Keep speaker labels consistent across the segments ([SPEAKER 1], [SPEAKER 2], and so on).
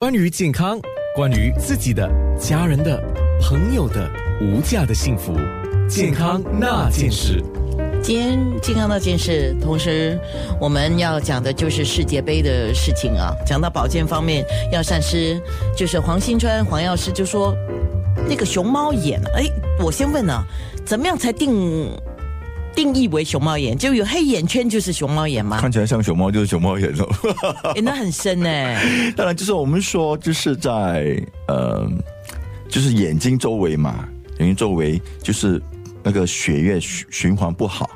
[SPEAKER 1] 关于健康，关于自己的、家人的、朋友的无价的幸福，健康那件事。
[SPEAKER 2] 今天健康那件事，同时我们要讲的就是世界杯的事情啊。讲到保健方面，药膳师就是黄新川黄药师就说，那个熊猫眼，哎，我先问啊，怎么样才定定义为熊猫眼？就有黑眼圈就是熊猫眼 吗？
[SPEAKER 3] 看起来像熊猫就是熊猫眼了。
[SPEAKER 2] 哎，那很深呢、
[SPEAKER 3] 当然，就是我们说，就是在呃，就是眼睛周围嘛，眼睛周围就是那个血液循循环不好，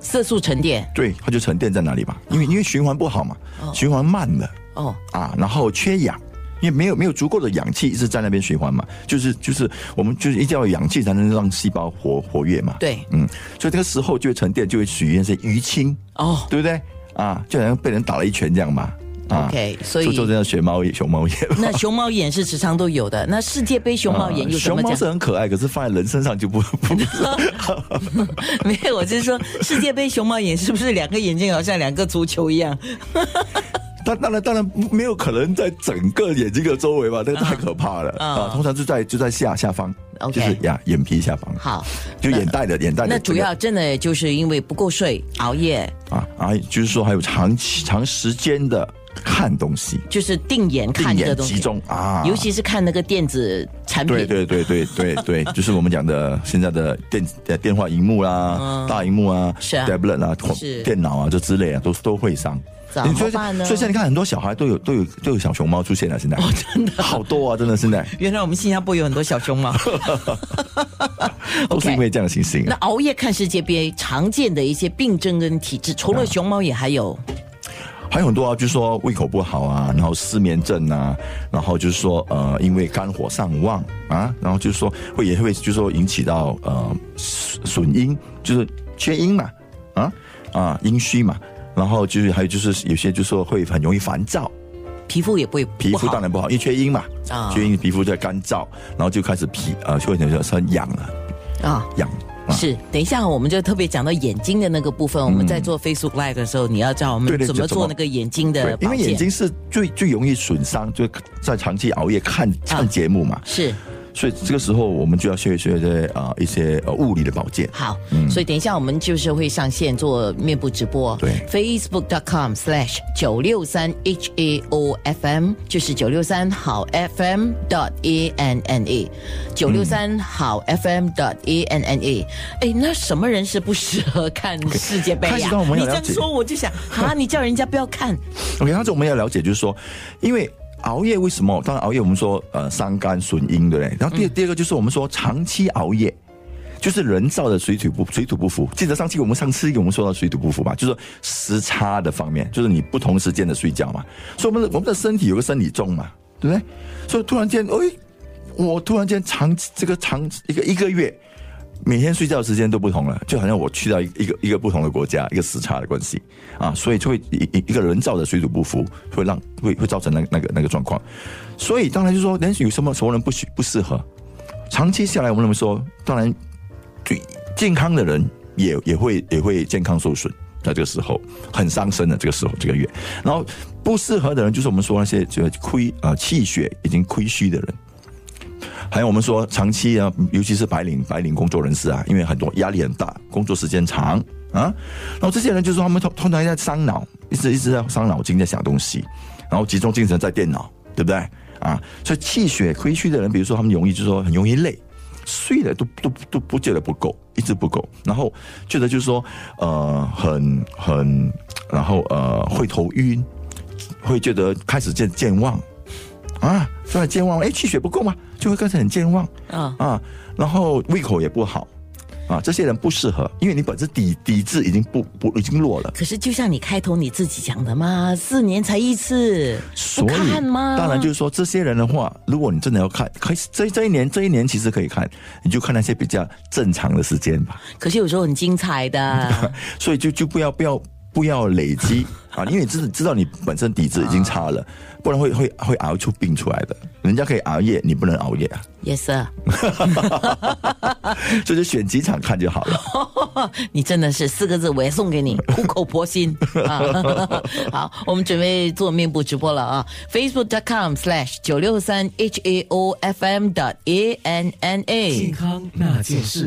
[SPEAKER 2] 色素沉淀
[SPEAKER 3] 对，它就沉淀在那里嘛。因为因为循环不好嘛，循环慢了
[SPEAKER 2] 哦，
[SPEAKER 3] 啊，然后缺氧。因为没有没有足够的氧气一直在那边循环嘛，就是就是我们就是一定要有氧气才能让细胞活活跃嘛。，
[SPEAKER 2] 对，
[SPEAKER 3] 嗯，所以这个时候就会沉淀，就会出现一些淤青，
[SPEAKER 2] 哦
[SPEAKER 3] 对不对？啊，就好像被人打了一拳这样嘛。啊
[SPEAKER 2] ，OK，所以
[SPEAKER 3] 就就这样学猫眼熊猫眼。
[SPEAKER 2] 那熊猫眼是时常都有的。那世界杯熊 猫眼又怎
[SPEAKER 3] 熊
[SPEAKER 2] 么
[SPEAKER 3] 猫
[SPEAKER 2] 讲？
[SPEAKER 3] 是很可爱，可是放在人身上就不 不。
[SPEAKER 2] 没有，我就是说世界杯熊猫眼是不是两个眼睛好像两个足球一样？
[SPEAKER 3] 当当然当然没有可能在整个眼睛的周围吧，那个太可怕了
[SPEAKER 2] 嗯
[SPEAKER 3] 啊！通常就在就在下下方
[SPEAKER 2] OK
[SPEAKER 3] 就是呀眼皮下方，
[SPEAKER 2] 好，
[SPEAKER 3] 就眼袋的眼袋的
[SPEAKER 2] 那
[SPEAKER 3] 啊这
[SPEAKER 2] 主
[SPEAKER 3] 个
[SPEAKER 2] 要真的就是因为不够睡、熬夜，
[SPEAKER 3] 啊啊，就是说还有长期长时间的看东西，
[SPEAKER 2] 就是定眼
[SPEAKER 3] 定
[SPEAKER 2] 看这个
[SPEAKER 3] 眼
[SPEAKER 2] 东
[SPEAKER 3] 集
[SPEAKER 2] 西，
[SPEAKER 3] 中啊，
[SPEAKER 2] 尤其是看那个电子产品。
[SPEAKER 3] 对对对对 对对，就是我们讲的现在的电呃电话荧幕啦、大荧幕啊、
[SPEAKER 2] 嗯是啊
[SPEAKER 3] tablet 啊、
[SPEAKER 2] 是
[SPEAKER 3] 电脑啊这之类啊，都都会伤。
[SPEAKER 2] 怎么
[SPEAKER 3] 你所以
[SPEAKER 2] 办呢哦
[SPEAKER 3] 所以现在你看很多小孩都有都有都有小熊猫出现 了，现在、真的好多啊，真的现在
[SPEAKER 2] 原来我们新加坡有很多小熊 猫。
[SPEAKER 3] 都是
[SPEAKER 2] OK
[SPEAKER 3] 因为这样的情形
[SPEAKER 2] 那
[SPEAKER 3] 啊。
[SPEAKER 2] 熬夜看世界杯常见的一些病症跟体质，除了熊猫眼还有
[SPEAKER 3] 还有很多啊，就是说胃口不好啊，然后失眠症啊，然后就是说呃，因为肝火上旺啊，然后就是说会也会就是说引起到呃损损阴，就是缺阴嘛，啊啊阴虚嘛，然后就是还有就是有些就是说会很容易烦躁，
[SPEAKER 2] 皮肤也不会
[SPEAKER 3] 皮
[SPEAKER 2] 不
[SPEAKER 3] 肤
[SPEAKER 2] 好
[SPEAKER 3] 当然不好，因为缺阴嘛，
[SPEAKER 2] 啊
[SPEAKER 3] 缺阴皮肤就干燥，然后就开始皮呃就会很很痒了，
[SPEAKER 2] 啊。
[SPEAKER 3] 痒啊。
[SPEAKER 2] 是，等一下我们就特别讲到眼睛的那个部分。我们在做 Facebook Live 的时候，你要教我们
[SPEAKER 3] 对对
[SPEAKER 2] 怎么
[SPEAKER 3] 怎么
[SPEAKER 2] 做那个眼睛的
[SPEAKER 3] 对，因
[SPEAKER 2] 保
[SPEAKER 3] 为
[SPEAKER 2] 健。
[SPEAKER 3] 眼睛是最最容易损伤，就在长期熬夜
[SPEAKER 2] 啊
[SPEAKER 3] 看看节目嘛，
[SPEAKER 2] 是
[SPEAKER 3] 所以这个时候我们就要学一学一些啊、呃一些呃物理的保健。
[SPEAKER 2] 好，所以等一下我们就是会上线做面部直播，
[SPEAKER 3] 对
[SPEAKER 2] ，facebook.com slash 九六三 h a o f m 就是九六三好 fm dot a n n a 九六三好 fm dot a n n a。哎，那什么人是不适合看世界杯
[SPEAKER 3] 开
[SPEAKER 2] 呀
[SPEAKER 3] 始让我？们
[SPEAKER 2] 你
[SPEAKER 3] 要
[SPEAKER 2] 这
[SPEAKER 3] 了
[SPEAKER 2] 样
[SPEAKER 3] 解
[SPEAKER 2] 说我就想 啊，你叫人家不要看，
[SPEAKER 3] OK，但是我们要了解，就是说，因为熬夜为什么？当然，熬夜我们说呃伤肝损阴，对不对？然后第、第二个就是我们说长期熬夜。就是人造的水土不水土不服，记得上期我们上次我们说到水土不服吧，就是时差的方面，就是你不同时间的睡觉嘛，所以我们的我们的身体有个生理钟嘛，对不对？所以突然间，哎，我突然间长这个长一个一个月，每天睡觉的时间都不同了，就好像我去到一个一个一个不同的国家，一个时差的关系啊，所以就会一一一个人造的水土不服，会让会会造成那个那个那个状况。所以当然就说，人有什么什么人不许不适合，长期下来，我们认为说，当然最健康的人也也会也会健康受损。在这个时候很伤身的，这个时候这个月，然后不适合的人就是我们说那些就亏啊、呃气血已经亏虚的人，还有我们说长期啊，尤其是白领白领工作人士啊，因为很多压力很大，工作时间长啊，然后这些人就是他们通通常在伤脑，一直一直在伤脑筋，在想东西，然后集中精神在电脑，对不对啊？所以气血亏虚的人，比如说他们容易就是说很容易累，睡的都都都不觉得不够，一直不够，然后觉得就是说呃很很，然后呃会头晕，会觉得开始健健忘。啊，突然健忘，哎，气血不够嘛，就会开始很健忘
[SPEAKER 2] 啊
[SPEAKER 3] 啊，然后胃口也不好啊，这些人不适合，因为你本身抵抵制已经不不已经弱了，
[SPEAKER 2] 可是就像你开头你自己讲的嘛，四年才一次，不
[SPEAKER 3] 所以
[SPEAKER 2] 看吗？
[SPEAKER 3] 当然就是说这些人的话，如果你真的要看，可以这这一年这一年其实可以看，你就看那些比较正常 的时间吧，
[SPEAKER 2] 可是有时候很精彩的，
[SPEAKER 3] 所以就就不要不要不要累积啊，因为你知知道你本身底子已经差
[SPEAKER 2] 啊
[SPEAKER 3] 了，不然会会会熬出病出来的。人家可以熬夜，你不能熬夜啊，
[SPEAKER 2] Yes sir，
[SPEAKER 3] 所以就选几场看就好了。
[SPEAKER 2] 你真的是四个字，我也送给你，苦口婆心啊！ 好，我们准备做面部直播了啊！Facebook.com/slash 九六三 h a o f m dot a n n a。
[SPEAKER 1] 健康那件事。